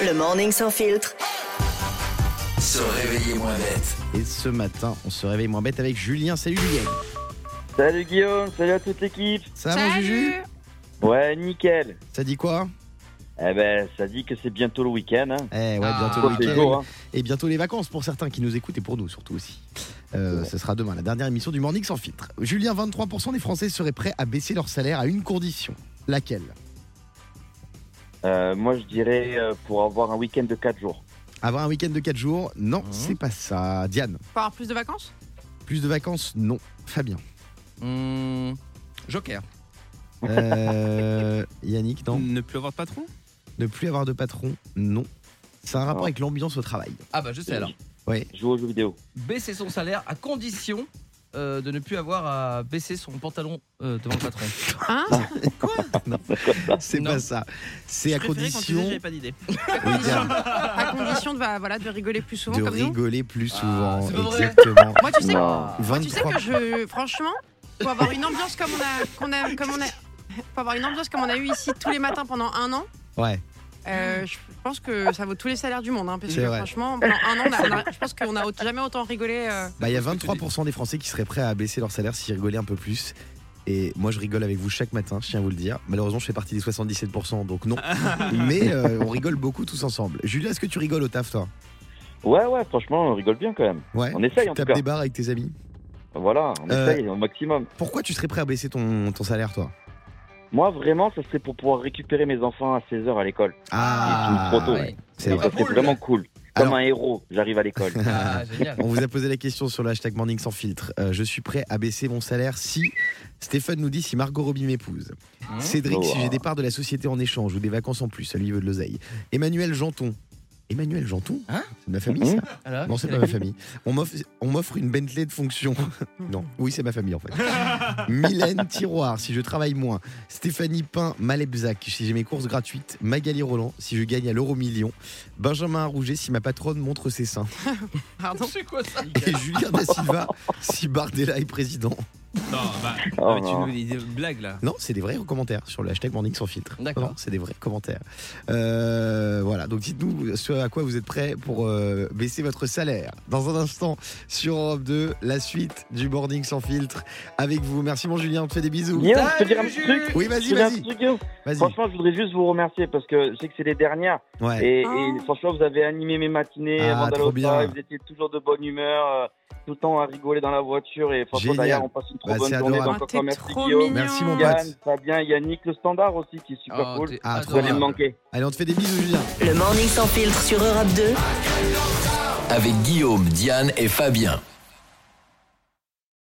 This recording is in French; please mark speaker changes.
Speaker 1: Le morning sans filtre.
Speaker 2: Se réveiller moins bête.
Speaker 3: Et ce matin, on se réveille moins bête avec Julien. Salut Julien.
Speaker 4: Salut Guillaume, salut à toute l'équipe.
Speaker 3: Ça va mon Juju
Speaker 4: Ouais, nickel.
Speaker 3: Ça dit quoi
Speaker 4: Eh ben, ça dit que c'est bientôt le week-end. Hein.
Speaker 3: Eh ouais,
Speaker 5: Ah.
Speaker 3: bientôt
Speaker 4: Toi,
Speaker 3: le
Speaker 4: c'est
Speaker 3: week-end.
Speaker 4: jour, hein.
Speaker 3: Et bientôt les vacances pour certains qui nous écoutent et pour nous surtout aussi. Euh,
Speaker 4: Oh.
Speaker 3: ce sera demain, la dernière émission du Morning sans filtre. Julien, 23% des Français seraient prêts à baisser leur salaire à une condition. Laquelle
Speaker 4: Euh, moi, je dirais euh, pour avoir un week-end de 4 jours.
Speaker 3: Avoir un week-end de 4 jours Non,
Speaker 4: Hein
Speaker 3: c'est pas ça. Diane,
Speaker 5: Pour avoir plus de vacances
Speaker 3: plus de vacances Non. Fabien.
Speaker 6: Hum, Joker.
Speaker 3: Euh, Yannick, non.
Speaker 6: Ne plus avoir de patron
Speaker 3: Ne plus avoir de patron Non. C'est un rapport
Speaker 4: Ah.
Speaker 3: avec l'ambiance au travail.
Speaker 6: Ah bah je sais alors.
Speaker 3: Ouais.
Speaker 4: Jouer aux jeux vidéo.
Speaker 6: Baisser son salaire à condition euh, de ne plus avoir à baisser son pantalon euh, devant le patron.
Speaker 5: Hein
Speaker 3: C'est
Speaker 6: Non.
Speaker 3: pas ça. C'est à condition
Speaker 6: pas d'idée.
Speaker 3: Oui, Diane.
Speaker 5: À condition de, va- voilà, de rigoler plus souvent
Speaker 3: de
Speaker 5: comme nous.
Speaker 3: rigoler plus
Speaker 6: Ah,
Speaker 3: souvent.
Speaker 6: c'est pas vrai.
Speaker 3: Exactement.
Speaker 5: Moi, tu sais, que-
Speaker 4: Non.
Speaker 5: moi, tu sais
Speaker 3: 23.
Speaker 5: que je. Franchement, pour avoir une ambiance comme on a. qu'on a- comme on a pour avoir une ambiance comme on a eu ici tous les matins pendant un an,
Speaker 3: Ouais.
Speaker 5: euh, je pense que ça vaut tous les salaires du monde. hein, parce
Speaker 3: C'est
Speaker 5: que
Speaker 3: vrai.
Speaker 5: franchement, pendant un an, on a- on a- je pense qu'on n'a jamais autant rigolé. euh,
Speaker 3: Bah, il y a
Speaker 6: Parce que tu
Speaker 3: 23% des Français qui seraient prêts à baisser leur salaire s'ils rigolaient un peu plus. Et moi, je rigole avec vous chaque matin, je tiens à vous le dire. Malheureusement, je fais partie des 77%, donc non. Mais euh, on rigole beaucoup tous ensemble. Julien, est-ce que tu rigoles au taf, toi
Speaker 4: Ouais, ouais, franchement, on rigole bien quand même.
Speaker 3: Ouais.
Speaker 4: On essaye,
Speaker 3: Tu
Speaker 4: en tout
Speaker 3: tapes
Speaker 4: cas.
Speaker 3: des barres avec tes amis.
Speaker 4: Voilà, on
Speaker 3: Euh.
Speaker 4: essaye au maximum.
Speaker 3: Pourquoi tu serais prêt à baisser ton, ton salaire, toi
Speaker 4: Moi, vraiment, ça serait pour pouvoir récupérer mes enfants à 16h à l'école.
Speaker 3: Ah,
Speaker 4: Ils finissent trop tôt.
Speaker 3: ouais, c'est
Speaker 4: Et
Speaker 3: vrai.
Speaker 4: Ça serait vraiment cool. Comme
Speaker 3: Alors-
Speaker 4: un héros, j'arrive à l'école.
Speaker 6: Ah génial.
Speaker 3: On vous a posé la question sur le hashtag Morning sans filtre. Euh, je suis prêt à baisser mon salaire si Stéphane nous dit si Margot Robbie m'épouse.
Speaker 6: Hein
Speaker 3: Cédric, si
Speaker 4: Oh.
Speaker 3: j'ai des parts de la société en échange ou des vacances en plus, lui il veut de l'oseille. Emmanuel Janton. Emmanuel Janton
Speaker 6: Hein
Speaker 3: C'est de ma famille ça
Speaker 6: Alors,
Speaker 3: Non, c'est pas ma famille. On m'offre- on m'offre une Bentley de fonction. non, oui, c'est ma famille en fait. Mylène Tiroir, si je travaille moins. Stéphanie Pain, Malebzac, si j'ai mes courses gratuites. Magali Roland, si je gagne à l'euro million. Benjamin Rouget, si ma patronne montre ses seins.
Speaker 5: pardon.
Speaker 6: C'est quoi ça
Speaker 3: Et Julien Da Silva, si Bardella est président.
Speaker 7: Non, bah,
Speaker 4: Oh
Speaker 7: mais tu
Speaker 4: non.
Speaker 7: nous dis des blagues là.
Speaker 3: Non, c'est des vrais commentaires sur le hashtag Morning sans filtre.
Speaker 6: D'accord.
Speaker 3: Non, C'est des vrais commentaires. Euh, voilà, donc dites-nous ce à quoi vous êtes prêts pour euh, baisser votre salaire. Dans un instant, sur Europe 2, la suite du Morning sans filtre avec vous. Merci mon Julien, on te fait des bisous.
Speaker 4: Guillaume, je peux dire un petit
Speaker 6: Salut,
Speaker 4: truc
Speaker 3: Oui,
Speaker 4: Je
Speaker 3: vas-y,
Speaker 4: peux dire un
Speaker 3: vas-y.
Speaker 4: petit truc, Guillaume
Speaker 3: Vas-y.
Speaker 4: Franchement, je voudrais juste vous remercier parce que je sais que c'est les dernières.
Speaker 3: Ouais.
Speaker 4: Et, et
Speaker 5: Oh.
Speaker 4: franchement, vous avez animé mes matinées
Speaker 3: Ah,
Speaker 4: avant d'aller
Speaker 3: trop
Speaker 4: au travail.
Speaker 3: bien.
Speaker 4: Vous étiez toujours de bonne humeur, euh, tout le temps à rigoler dans la voiture. Et franchement,
Speaker 3: Génial.
Speaker 4: d'ailleurs, on passe une trop
Speaker 3: Bah,
Speaker 4: bonne
Speaker 3: c'est
Speaker 4: journée.
Speaker 3: adorable.
Speaker 4: Donc,
Speaker 5: Ah,
Speaker 4: encore
Speaker 5: t'es
Speaker 4: merci
Speaker 5: trop
Speaker 4: Guillaume,
Speaker 5: mignon.
Speaker 3: Merci, mon
Speaker 4: Yann,
Speaker 3: pote.
Speaker 4: Fabien, Yannick, le standard aussi qui est super
Speaker 6: Oh,
Speaker 4: cool.
Speaker 6: t'es
Speaker 3: Ah,
Speaker 4: Vous allez me
Speaker 6: adorable.
Speaker 4: manquer.
Speaker 3: Allez, on te fait des bisous Julien.
Speaker 1: Le morning sans filtre sur Europe 2.
Speaker 2: Avec Guillaume, Diane et Fabien.